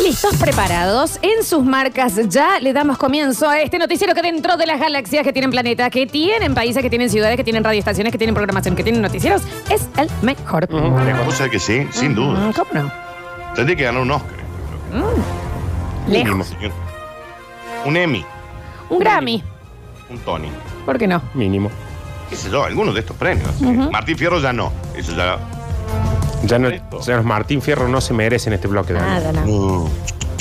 Listos, preparados, en sus marcas ya le damos comienzo a este noticiero que dentro de las galaxias que tienen planetas, que tienen países, que tienen ciudades, que tienen radioestaciones, que tienen programación, que tienen noticieros, es el mejor. Cosa que sí, sin duda. Mm, ¿Cómo no? Tendría que ganar un Oscar. Mínimo, Lejos. señor. Un Emmy, Un Grammy. un Tony. ¿Por qué no? Mínimo. ¿Qué sé yo? Algunos de estos premios. Martín Fierro ya no. Eso ya. Ya no, ya los Martín Fierro no se merecen este bloque. Dani. Nada, nada.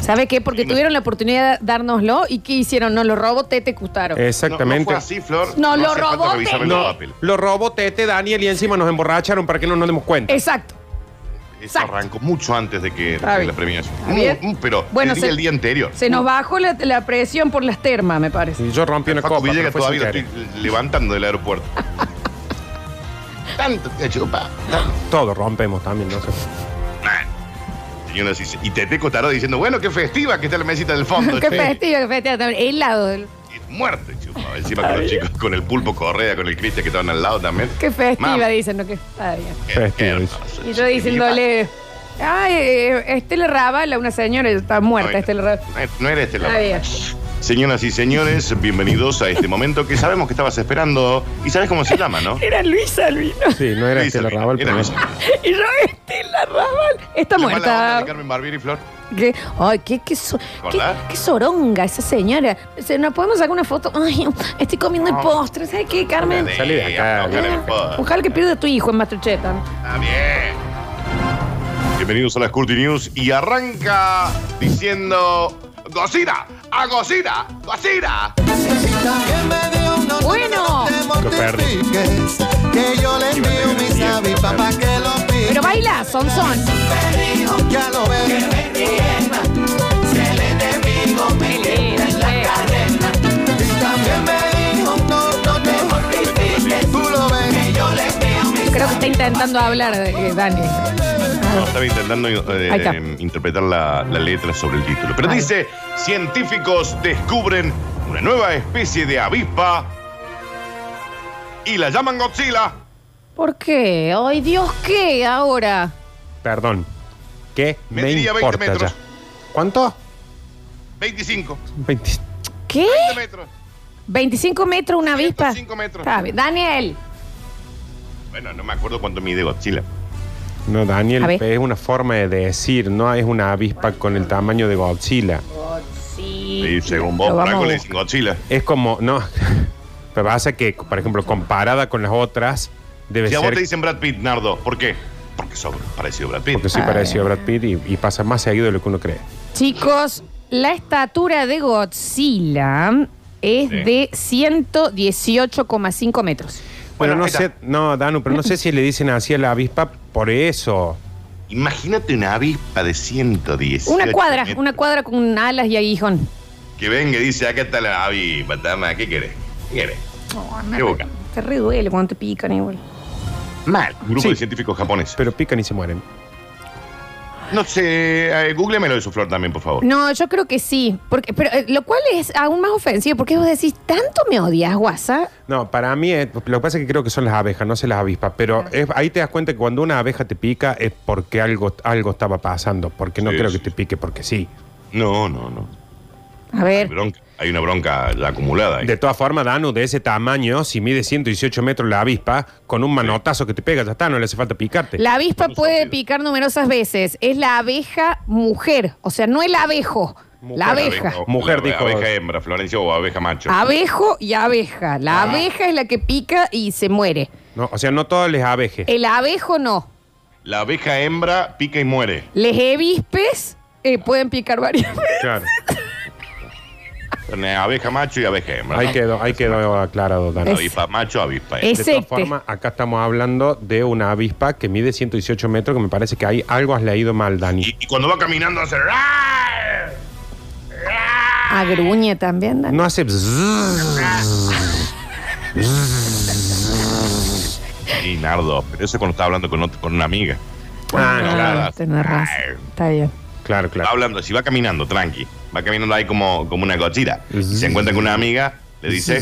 ¿Sabe qué? Porque tuvieron la oportunidad de dárnoslo y ¿qué hicieron? No lo robó Tete Custaro. No, no Exactamente. fue así, Flor. No, lo hace falta robó, revisar el te- papel. Lo robó Tete, Daniel, y encima nos emborracharon para que no nos demos cuenta. Exacto. Eso Exacto. arrancó mucho antes de que Está de bien. la premiación. Está bien. Mm, mm, pero Bueno, el, día, se- el día anterior. Se nos bajó la, la presión por las termas, me parece. Y yo rompí una Paco copa. pero Villegas fue sin todavía lo querer. estoy levantando del aeropuerto. Tanto que chupa. tanto. Todos rompemos también, no sé. Señoras y se- y Tete Cotaró diciendo, bueno, qué festiva que está la mesita del fondo. qué che. festivo, qué festivo. también. Helado. del- Y Muerte, chupa. Encima con los chicos, con el pulpo Correa, con el Cristian que estaban al lado también. Qué festiva, Mamá, dicen. ¿no? Qué está bien. qué- Festiva, qué dice. hermoso, Y yo chico. diciéndole, ay, eh, Estela Ravala, una señora, está No muerta era- Estela Ravala. no era- No era este este Está lado. bien. Señoras y señores, bienvenidos a este momento que sabemos que estabas esperando y sabes cómo se llama, ¿no? Era Luis Albino. Sí, no era este Luisa, el Raval, era pero Luisa. Y yo, Estela Raval. Está Qué mala onda muerta. de Carmen Barbieri, Flor. ¿Qué? Ay, qué, qué, so- qué, ¿Acordás? qué soronga esa señora. Se- ¿Nos podemos sacar una foto? Ay, estoy comiendo el No. postre. ¿Sabes qué, Carmen? Salí de acá. No, Carmen, por- Ojalá que pierda tu hijo en Mastercheta. Está bien. Bienvenidos a las Curti News y arranca diciendo ¡Gocina! ¡A Gocina! ¡Gocina! Bueno, Lo perdí. Que yo le envío mis avis papá que lo pero pide. baila, son son. Ya lo ven. Y también me dijo, no, no te mortifiques. Tú lo ves. Que yo le envío mis Creo que está intentando hablar, eh, Dani. No, estaba intentando eh, Ahí está. interpretar la, la letra sobre el título. Pero Ahí. dice, científicos descubren una nueva especie de avispa y la llaman Godzilla. ¿Por qué? Ay, Dios, ¿qué ahora? Perdón. ¿Qué me, Mediría 20 importa metros. ya? ¿Cuánto? 25 20. ¿Qué? metros. 25 metros una avispa. 25 metros. Está bien. Daniel, Bueno, no me acuerdo cuánto mide Godzilla. No, Daniel, A ver. es una forma de decir, no es una avispa con el tamaño de Godzilla. Y según vos, Lo vamos Franco, a le dicen Godzilla. Es como, no. Pero pasa que, por ejemplo, comparada con las otras, debe Si a vos ser. te dicen Brad Pitt, Nardo, ¿por qué? Porque sos parecido a Brad Pitt. Porque soy Ah, parecido a Brad Pitt y, y pasa más seguido de lo que uno cree. chicos, la estatura de Godzilla es Sí. de 118,5 metros. Bueno, Bueno, no ahí sé, está. no, Danu, pero no sé si le dicen así a la avispa por eso. Imagínate una avispa de 110. Una cuadra, una cuadra con alas y aguijón. Que venga y dice, acá está la avispa, tama, ¿qué querés? ¿Qué querés? ¿Qué boca? Te re duele cuando te pican eh, igual. Mal. Grupo Sí. de científicos japoneses. Pero pican y se mueren. no sé, eh, googlemelo de su flor también, por favor. No, yo creo que sí. Porque, pero eh, lo cual es aún más ofensivo, porque vos decís, ¿tanto me odias, guasa? No, para mí, es- lo que pasa es que creo que son las abejas, no sé las avispas, pero es- ahí te das cuenta que cuando una abeja te pica es porque algo, algo estaba pasando, porque no Sí, creo sí, que te pique porque sí. No, no, no. A Hay, ver. bronca- hay una bronca ya acumulada. eh. ahí. De todas formas, Danu, de ese tamaño, si mide 118 metros la avispa, con un manotazo que te pega, ya está, no le hace falta picarte. La avispa Con un puede sonido. picar numerosas veces. Es la abeja mujer, o sea, no el abejo. Mujer, la abeja. o- Mujer, la- dijo- Abeja hembra, Florencia, o abeja macho. Abejo y abeja. La abeja es la que pica y se muere. No, o sea, no todas les abejes. El abejo no. La abeja hembra pica y muere. Les evispes eh, pueden picar varias veces. Claro. Tiene Abeja macho y abeja hembra. Ahí ¿no? quedó, ahí quedó aclarado, Danu. Es- Avispa macho, avispa hembra. De Es todas este. formas, acá estamos hablando de una avispa que mide 118 metros, que me parece que ahí algo has leído mal, Dani. Y, y cuando va caminando hace... ¡Ah! Agruñe Ah, también, Dani. No hace bzzz. Y Nardo, pero eso es cuando está hablando con, otro- con una amiga. Ah, claro. tenés razón. Está bien. Claro, Está claro. hablando, si va caminando, tranqui. Va caminando ahí como, como una gotita. Y se encuentra con una amiga, le dice.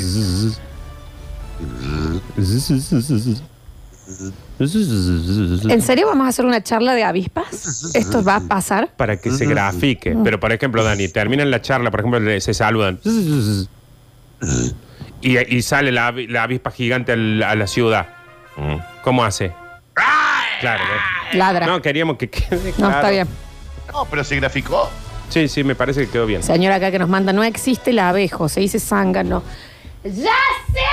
¿En serio vamos a hacer una charla de avispas? ¿Esto va a pasar? Para que se grafique. Pero, por ejemplo, Dani, terminan la charla, por ejemplo, le- se saludan. Y, y sale la, avi- la avispa gigante al- a la ciudad. "Mm". ¿Cómo hace? Claro. ¿eh? Ladra. No, No, queríamos que quede claro. está bien. No, pero se graficó. Sí, sí, me parece que quedó bien. Señora acá que nos manda, no existe el abejo, se dice zángano. ¡Ya sé!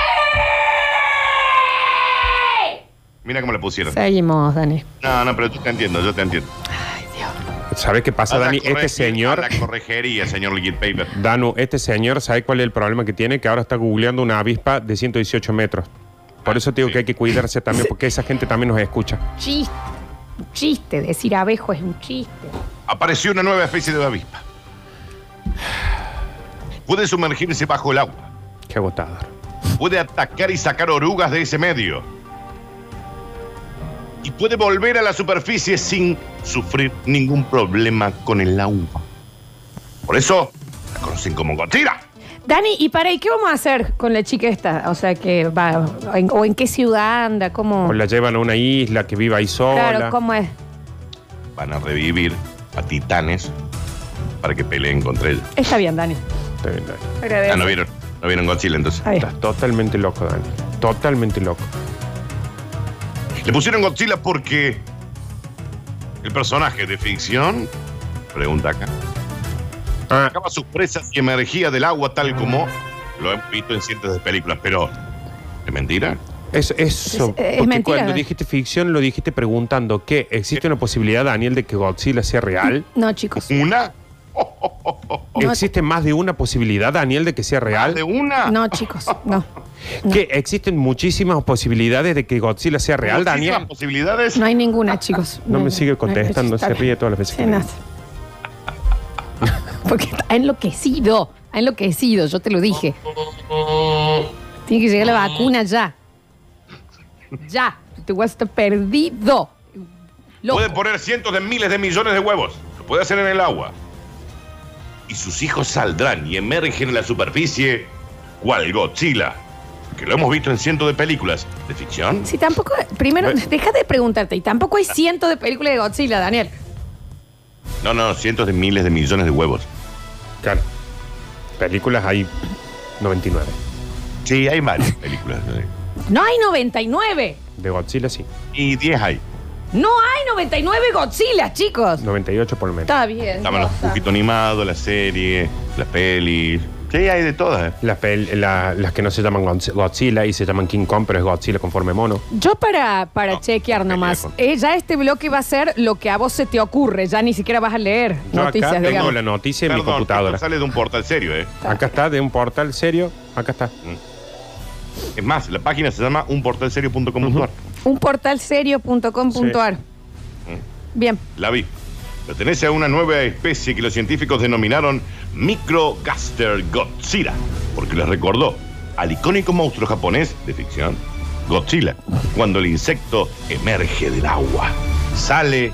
Mira cómo le pusieron. Seguimos, Dani. No, no, pero yo te entiendo, yo te entiendo. ¿Sabes qué pasa, A la Dani? corre- Este señor... a la corregería, señor Liquid Paper. Danu, este señor, ¿sabe cuál es el problema que tiene? Que ahora está googleando una avispa de 118 metros. Por eso te digo que hay que cuidarse también, porque esa gente también nos escucha. Chiste. Chiste, decir abejo es un chiste. Apareció una nueva especie de avispa. Puede sumergirse bajo el agua. Qué agotador. Puede atacar y sacar orugas de ese medio. Y puede volver a la superficie sin sufrir ningún problema con el agua. Por eso la conocen como Godzilla. Dani, ¿y para y qué vamos a hacer con la chica esta? O sea, que va, en- o en qué ciudad anda, cómo. O la llevan a una isla que viva ahí sola. claro, ¿cómo es? Van a revivir a titanes para que peleen contra ellos. Está bien, Dani. Está bien, Dani. Ah, Agradezco. no vieron, no vieron Godzilla entonces. Está bien. Estás totalmente loco, Dani. Totalmente loco. Le pusieron Godzilla porque el personaje de ficción, pregunta acá, Ah, sacaba sus presas y emergía del agua tal como lo hemos visto en ciertas películas, pero ¿es mentira? eso. eso Es- es porque mentira, cuando Dani. dijiste ficción, lo dijiste preguntando que existe una posibilidad, Daniel, de que Godzilla sea real. No, chicos. ¿Una? No. ¿Existe más de una posibilidad, Daniel, de que sea real? ¿De una? No, chicos. No. Que existen muchísimas posibilidades de que Godzilla sea real, Muchísimas Daniel. posibilidades? No hay ninguna, chicos. No me sigue contestando, no, está se ríe bien. todas las veces Sí, que le no. Porque ha enloquecido, ha enloquecido, yo te lo dije. Tiene que llegar la vacuna ya. Ya, tu guaso está perdido. Loco. Puede poner cientos de miles de millones de huevos. Lo puede hacer en el agua. Y sus hijos saldrán y emergen en la superficie cual Godzilla. Que lo hemos visto en cientos de películas de ficción. Si tampoco, primero, deja de preguntarte, y tampoco hay cientos de películas de Godzilla, Daniel. No, no, cientos de miles de millones de huevos. Claro. Películas hay 99. Sí, hay varias películas. eh. No hay 99. De Godzilla sí. Y 10 hay. No hay 99 Godzillas, chicos. 98 por lo menos. Está bien. Estaban los Rosa. dibujitos animados, las series, las pelis. Sí, hay de todas. eh. Las, pel- la- las que no se llaman Godz- Godzilla y se llaman King Kong, pero es Godzilla conforme mono. Yo para, para chequear no, nomás, pelea con- eh, ya este bloque va a ser lo que a vos se te ocurre, ya ni siquiera vas a leer Yo noticias, acá tengo digamos. la noticia en mi Perdón, computadora. esto sale de un portal serio, ¿eh? Acá está, de un portal serio. Acá está. Es más, la página se llama unportalserio.com.ar. Un portal serio.com.ar. Bien, La vi. Pertenece a una nueva especie que los científicos denominaron Microgaster Godzilla, porque les recordó al icónico monstruo japonés de ficción, Godzilla, cuando el insecto emerge del agua, sale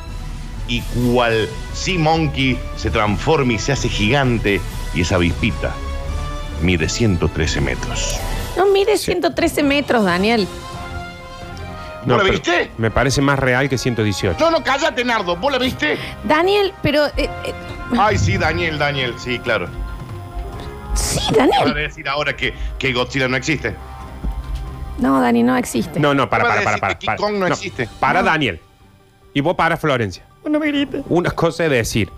y cual Sea Monkey se transforma y se hace gigante y esa avispita mide 113 metros. no mide 113 metros, Daniel. ¿No la pero viste? Me parece más real que 118. No, no, cállate, Nardo, ¿vos la viste? Daniel, pero... eh, eh, Ay, sí, Daniel, Daniel, sí, claro. sí, Van a Daniel. decir ahora que, que Godzilla no existe. No, Dani, no existe. No, no, para, Acaba para, para. de decir para, que para. King Kong no existe. Para Daniel. Y vos para Florencia. No me grites. Una cosa es decir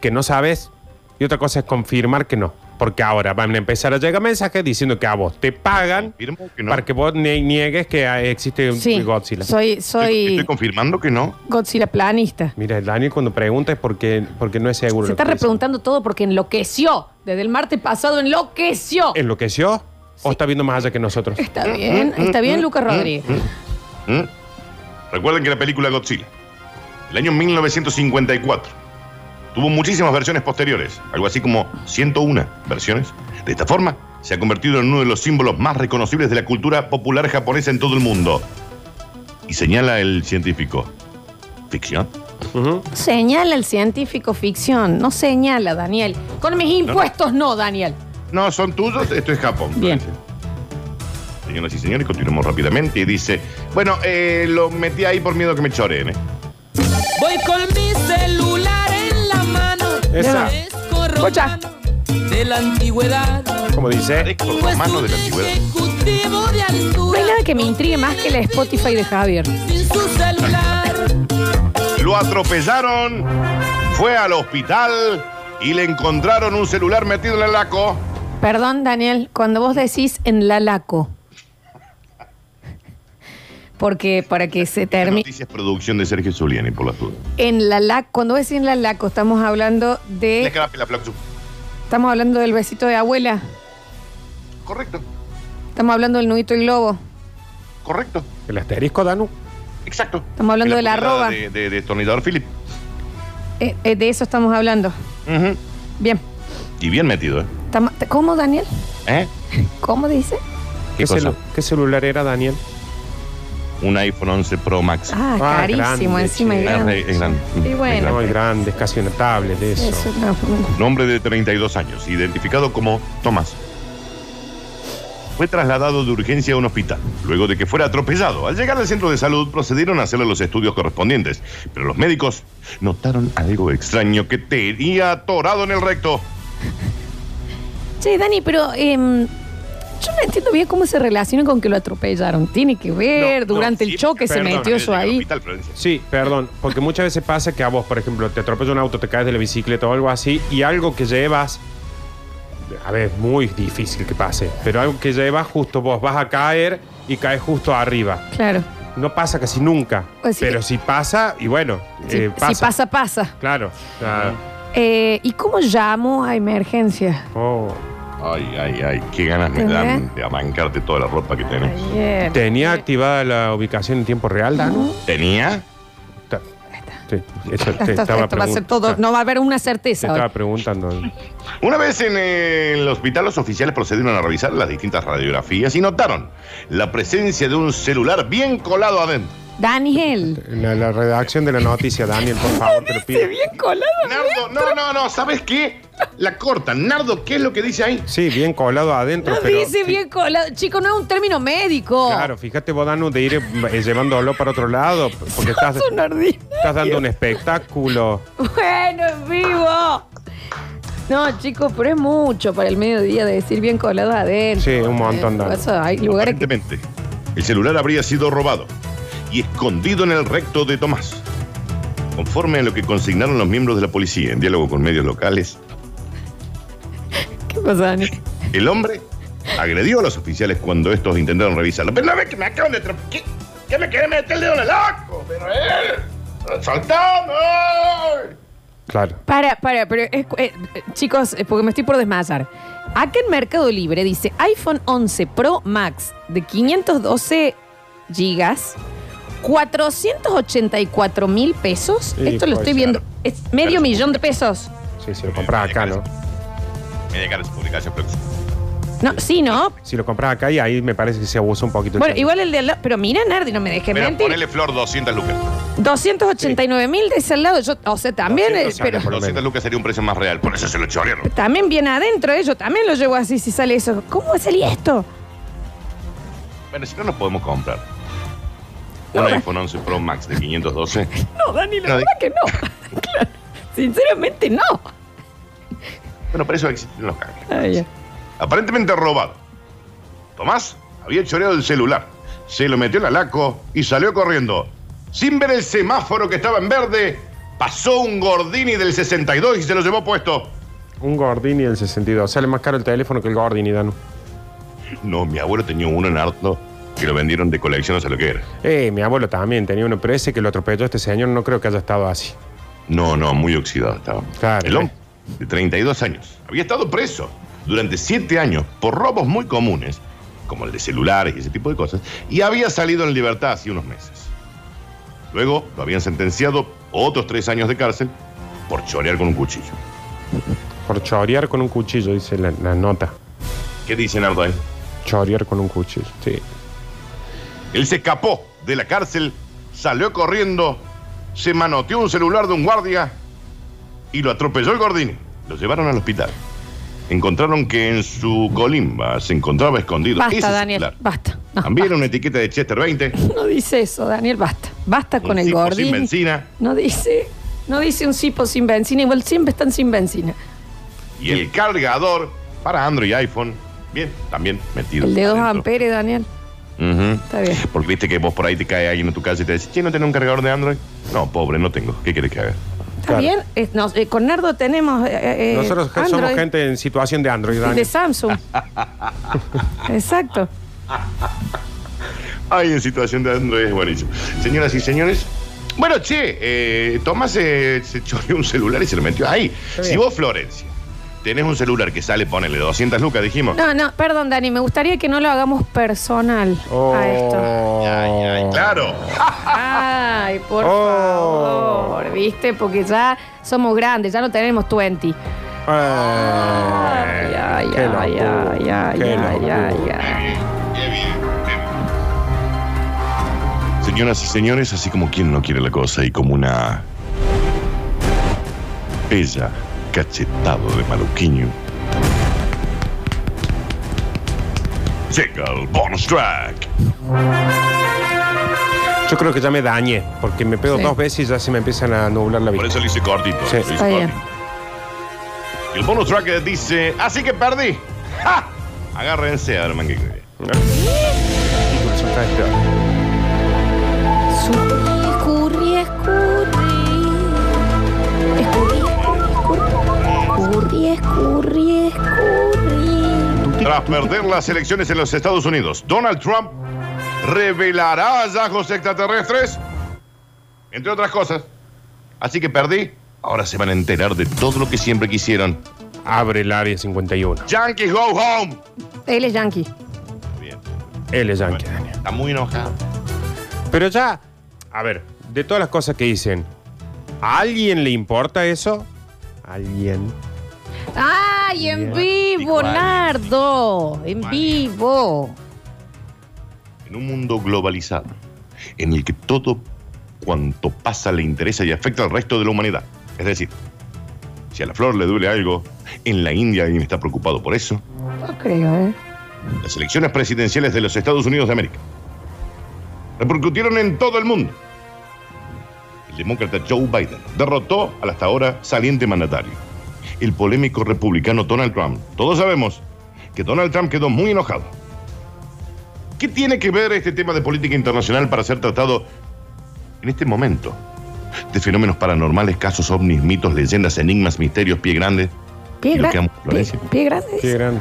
que no sabes y otra cosa es confirmar que no. Porque ahora van a empezar a llegar mensajes diciendo que a vos te pagan Confirmo que no. para que vos nie- niegues que ah, existe un Sí, Godzilla. soy, Estoy, soy estoy confirmando que no. Godzilla planista. Mira, Daniel cuando pregunta es porque, porque no es seguro. Se lo está que dice. repreguntando todo porque enloqueció. Desde el martes pasado enloqueció. ¿Enloqueció o está viendo más allá que nosotros? Está bien, está bien, Lucas Rodríguez. ¿Mm? Recuerden que la película Godzilla, el año 1954, tuvo muchísimas versiones posteriores, algo así como 101 versiones. De esta forma, se ha convertido en uno de los símbolos más reconocibles de la cultura popular japonesa en todo el mundo. Y señala el científico. ¿Ficción? mm. Señala el científico ficción, no señala, Daniel. Con mis impuestos no, Daniel. No, son tuyos, esto es Japón. Bien. Señoras y señores, continuamos rápidamente. Y dice, bueno, eh, lo metí ahí por miedo que me choreen. ¿eh? Voy con mi celular en la mano. Esa, Fresco Escucha. romano De la antigüedad. como dice. Parezco Pues romano de la un antigüedad. ejecutivo de No altura, hay nada que me intrigue más que la Spotify de Javier. Sin su celular. Lo atropellaron, fue al hospital y le encontraron un celular metido en el laco. Perdón, Daniel, cuando vos decís en la laco. Porque para que se termine. Noticias producción de Sergio Zuliani, por las dudas. En la laco, cuando vos decís en la laco, estamos hablando Le de. escapé la placa. Estamos hablando del besito de abuela. Correcto, Estamos hablando del nudito y globo. correcto, El asterisco, Danu. exacto. Estamos hablando de la puñalada arroba. De, de, de destornillador Philip. Eh, eh, de eso estamos hablando. Ujú. Bien. Y bien metido, ¿eh? Estamos- ¿Cómo, Daniel? ¿Eh? ¿Cómo dice? ¿Qué, cosa? celu- qué celular era, Daniel? Un iPhone 11 Pro Max. Ah, Ah, carísimo, grande, encima che. es Ah, grande. es, es grande. Y Es bueno. grande. Muy grande, es casi una tablet de eso. Eso, no, no. Nombre de 32 años, identificado como Tomás. Fue trasladado de urgencia a un hospital, luego de que fuera atropellado. Al llegar al centro de salud procedieron a hacerle los estudios correspondientes, pero los médicos notaron algo extraño que tenía atorado en el recto. Che, Dani, pero em, yo no entiendo bien cómo se relaciona con que lo atropellaron. Tiene que ver, No, no, durante el sí, choque se perdón, metió eso Llega al ahí. hospital, Florencia. Sí, perdón, porque muchas veces pasa que a vos, por ejemplo, te atropella un auto, te caes de la bicicleta o algo así, y algo que llevas, a ver, es muy difícil que pase, pero algo que llevas justo vos, vas a caer y caes justo arriba. Claro. No pasa casi nunca, Pues sí. pero si pasa, y bueno, Si, eh, si pasa. pasa, pasa. Claro. claro. Eh, ¿Y cómo llamo a emergencia? Oh. Ay, ay, ay, qué ganas me dan ¿Entendés? de amancarte toda la ropa que tenés. Ayer. ¿Tenía activada la ubicación en tiempo real, Danu? ¿Tenía? Ta- Sí, eso Esto, te estaba esto va a ser pregun- todo. ta- No va a haber una Te certeza estaba hoy. preguntando. Una vez en el hospital, los oficiales procedieron a revisar las distintas radiografías y notaron la presencia de un celular bien colado adentro. Daniel. La, la redacción de la noticia, Daniel, por favor, te lo pido. Bien colado. Nardo, no, no, no, ¿sabes qué? La cortan. Nardo, ¿qué es lo que dice ahí? Sí, bien colado adentro. No pero, dice sí, bien colado. Chico, no es un término médico. Claro, fíjate vos, Danu, de ir eh, llevándolo para otro lado, porque estás, Es un ordinario. estás dando un espectáculo. Bueno, en vivo. No, chicos, pero es mucho para el mediodía de decir bien colado adentro. Sí, un montón, Dani. Eso, hay lugares que Aparentemente, el celular habría sido robado y escondido en el recto de Tomás. Conforme a lo que consignaron los miembros de la policía en diálogo con medios locales, ¿Qué pasa, Dani? el hombre agredió a los oficiales cuando estos intentaron revisarlo. Pero una vez que me acaban de... atro- ¿Qué, qué me quieren meter el dedo en el loco? Pero él... ¡Soltame! Claro. Para, para, pero es cu- eh, eh, chicos, eh, porque me estoy por desmayar. Acá en Mercado Libre dice iPhone 11 Pro Max de 512 gigas, 484 mil pesos. Sí, Esto lo puede estoy ser. viendo. Es medio millón de pesos. Sí, si lo compras acá, ¿no? Me llegaron esa publicación, pero... No, sí, ¿no? Si lo compras acá y ahí me parece que se abusa un poquito. el Bueno, tema. igual el de al lado. Pero mira, Nardi, no me dejes Pero mentir. ponele flor 200 lucas. 289 mil de ese al lado. Yo, o sea, también, eh, 200 pero sale por lo 200 menos. lucas sería un precio más real, por eso se lo chorearon. también bien adentro, ¿eh? Yo también lo llevo así si sale eso. ¿Cómo salía esto? Bueno, si no nos podemos comprar un iPhone 11 Pro Max de 512, No, Dani, la No, verdad que no. Claro, Sinceramente, no. bueno, para eso existen los canjes. Ay, ya. Aparentemente robado. Tomás había choreado el celular, se lo metió en la laco y salió corriendo. Sin ver el semáforo que estaba en verde, pasó un Gordini del 62 y se lo llevó puesto. Un Gordini del 62. Sale más caro el teléfono que el Gordini, Danu. No, mi abuelo tenía uno en harto que lo vendieron de colección, no sé lo que era. Eh, mi abuelo también tenía uno, pero ese que lo atropelló este señor no creo que haya estado así. No, no, muy oxidado estaba. Claro. El hombre, de 32 años, había estado preso durante 7 años por robos muy comunes, como el de celulares y ese tipo de cosas, y había salido en libertad hace unos meses. Luego lo habían sentenciado otros 3 años de cárcel por chorear con un cuchillo. Por chorear con un cuchillo, dice la, la nota. ¿Qué dice Nardo ahí? Chorear con un cuchillo. Sí. Él se escapó de la cárcel, salió corriendo, se manoteó un celular de un guardia y lo atropelló el Gordini. Lo llevaron al hospital. Encontraron que en su colimba se encontraba escondido. Basta, ese Daniel. celular. Basta. No, También basta. una etiqueta de Chester 20. No dice eso, Daniel, basta. Basta Un con el tipo sin gordini. benzina. No dice, no dice un cipo sin benzina, igual siempre están sin benzina. Y el cargador para Android y iPhone. Bien, también metido. El de 2 adentro. amperes, Daniel. Ujú. Está bien. Porque viste que vos por ahí te cae alguien en tu casa y te dice, che, ¿no tenés un cargador de Android? No, pobre, no tengo. ¿Qué querés que haga? Está Claro. bien. Eh, nos- eh, con Nardo tenemos. eh, eh, Nosotros Android somos gente en situación de Android, De Daniel. Samsung. Exacto. Ay, en situación de Android es buenísimo. Señoras y señores. Bueno, che, eh, Tomás eh, se choreó un celular y se lo metió ahí. Si vos, Florencia, tenés un celular que sale, ponele 200 lucas, dijimos. No, no, perdón, Dani, me gustaría que no lo hagamos personal a esto. Oh. Claro. Ay, por Oh. favor, ¿viste? Porque ya somos grandes, ya no tenemos 20. Ay, ay, Eh, Qué ay, locura, ay, ay, qué ay, ay, locura. ay. Qué bien, qué bien. Señoras y señores, así como quien no quiere la cosa y como una bella cachetado de maluquiño. Llega el bonus track. Yo creo que ya me dañé, porque me pedo Sí. dos veces y ya se me empiezan a nublar la Por vista. eso lo hice cortito. Sí. lo hice Está bien. cortito. El bonus track dice, así que perdí. ¡Ja! Agárrense, a ver, man, que- Escurri, escurri, escurri, escurri, escurri, escurri. Tras perder las elecciones en los Estados Unidos, Donald Trump revelará hallazgos extraterrestres, entre otras cosas. Así que perdí. Ahora se van a enterar de todo lo que siempre quisieron. Abre el área 51. Yankees go home. Él es yankee. Bien. Él es Yankee, Bueno, Daniel. está muy enojado. Pero ya, a ver, de todas las cosas que dicen, ¿a alguien le importa eso? ¿Alguien? ¡Ay, en vivo, Igual. Nardo! En Igual. vivo. En un mundo globalizado, en el que todo cuanto pasa le interesa y afecta al resto de la humanidad. Es decir, si a la flor le duele algo, en la India alguien está preocupado por eso, No creo, ¿eh? las elecciones presidenciales de los Estados Unidos de América. Repercutieron en todo el mundo. El demócrata Joe Biden derrotó al hasta ahora saliente mandatario. El polémico republicano Donald Trump. Todos sabemos que Donald Trump quedó muy enojado. ¿Qué tiene que ver este tema de política internacional para ser tratado en este momento? De fenómenos paranormales, casos ovnis, mitos, leyendas, enigmas, misterios, pie grande. Pie, Y lo gra- que amo, pie, Florencia. pie grande. Qué grande.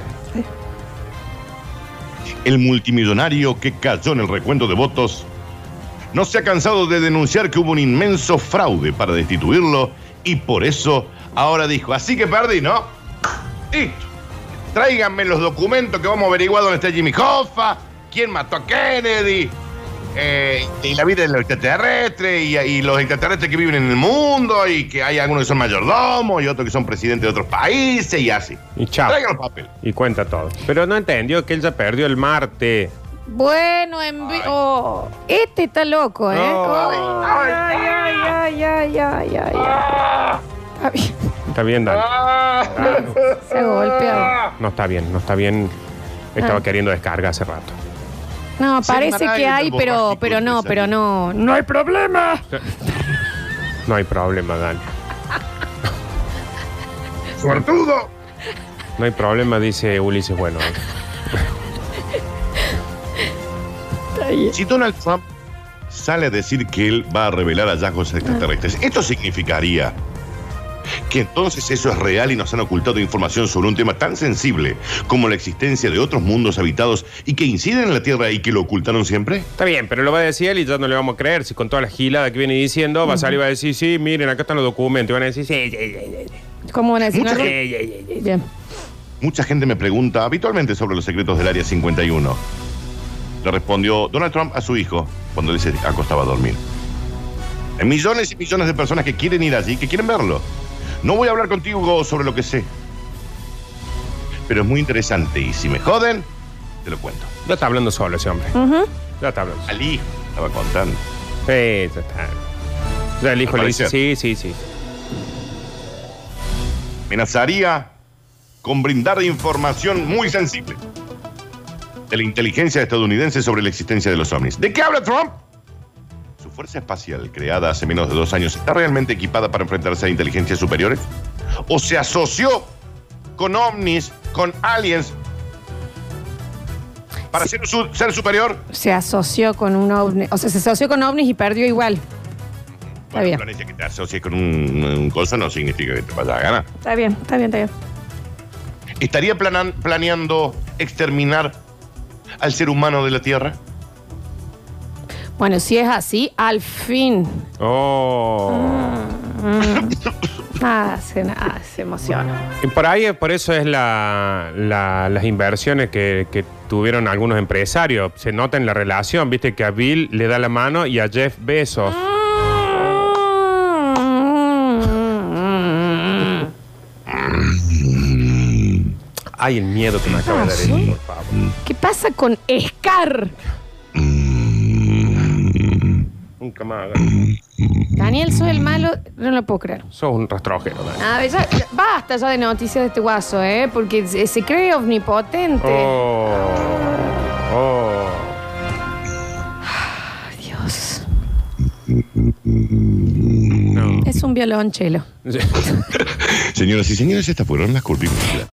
El multimillonario que cayó en el recuento de votos no se ha cansado de denunciar que hubo un inmenso fraude para destituirlo y por eso ahora dijo, así que perdí, ¿no? Listo. Tráiganme los documentos que vamos a averiguar dónde está Jimmy Hoffa, quién mató a Kennedy, eh, y la vida de los extraterrestres, y, y los extraterrestres que viven en el mundo, y que hay algunos que son mayordomos, y otros que son presidentes de otros países, y así. Y chao. Traigan los papeles. Y cuenta todo. Pero no entendió que él ya perdió el Marte. Bueno, en vivo. este está loco, ¿eh? No. Ay, ay, ay, ay, ay, ay, ay. Está bien, Está bien, Dani. Se ha golpeado. No está bien, no está bien. Estaba queriendo descarga hace rato. No, parece que hay, Maravilla, pero, borrachico, pero no, Luis, pero ahí. no. No hay problema. No hay problema, Dani. ¡Suertudo! No hay problema, dice Ulises. Bueno, Si Donald Trump sale a decir que él va a revelar hallazgos extraterrestres, esto significaría que entonces eso es real y nos han ocultado información sobre un tema tan sensible como la existencia de otros mundos habitados y que inciden en la Tierra y que lo ocultaron siempre. está bien, pero lo va a decir él y ya no le vamos a creer. Si con toda la gilada que viene diciendo, va a salir y va a decir, sí, miren, acá están los documentos. Y van a decir, sí, sí, sí, sí, sí, ¿Cómo van a decir? Mucha no? gente- Bien. Mucha gente me pregunta habitualmente sobre los secretos del Área 51. Le respondió Donald Trump a su hijo cuando él se acostaba a dormir. Hay millones y millones de personas que quieren ir allí, que quieren verlo. No voy a hablar contigo sobre lo que sé. pero es muy interesante. Y si me joden, te lo cuento. Ya está hablando solo ese hombre. Ya está hablando solo. Ali estaba contando. Sí, ya está. Ya el hijo le dice, sí, sí, sí. Amenazaría con brindar información muy sensible de la inteligencia estadounidense sobre la existencia de los ovnis. ¿De qué habla Trump? ¿Su fuerza espacial, creada hace menos de dos años, está realmente equipada para enfrentarse a inteligencias superiores? ¿O se asoció con ovnis, con aliens, para ser, su- ser superior? Se asoció con un ovni. O sea, se asoció con ovnis y perdió igual. Está Bueno, bien. Florencia, que te asocies con un, un coso no significa que te vaya a ganar. Está bien, está bien, está bien. ¿Estaría planan- planeando exterminar al ser humano de la Tierra? Bueno, si es así, al fin. Oh. Ah, se, ah, se emociona. Y por ahí, por eso es la, la- las inversiones que, que tuvieron algunos empresarios. Se nota en la relación, viste, que a Bill le da la mano y a Jeff Bezos. Mm. Ay, el miedo que me acaba de dar, Eli, por favor. ¿Qué pasa con Scar? Nunca más. Daniel, soy el malo. No lo puedo creer. Sos un rastrojero, Dani. A ver, ya- ya- Ah, basta ya de noticias de este guaso, ¿eh? Porque se, se cree omnipotente. Oh. Oh. Dios. No. Es un violonchelo. Señoras y señores, estas fueron las curvículas.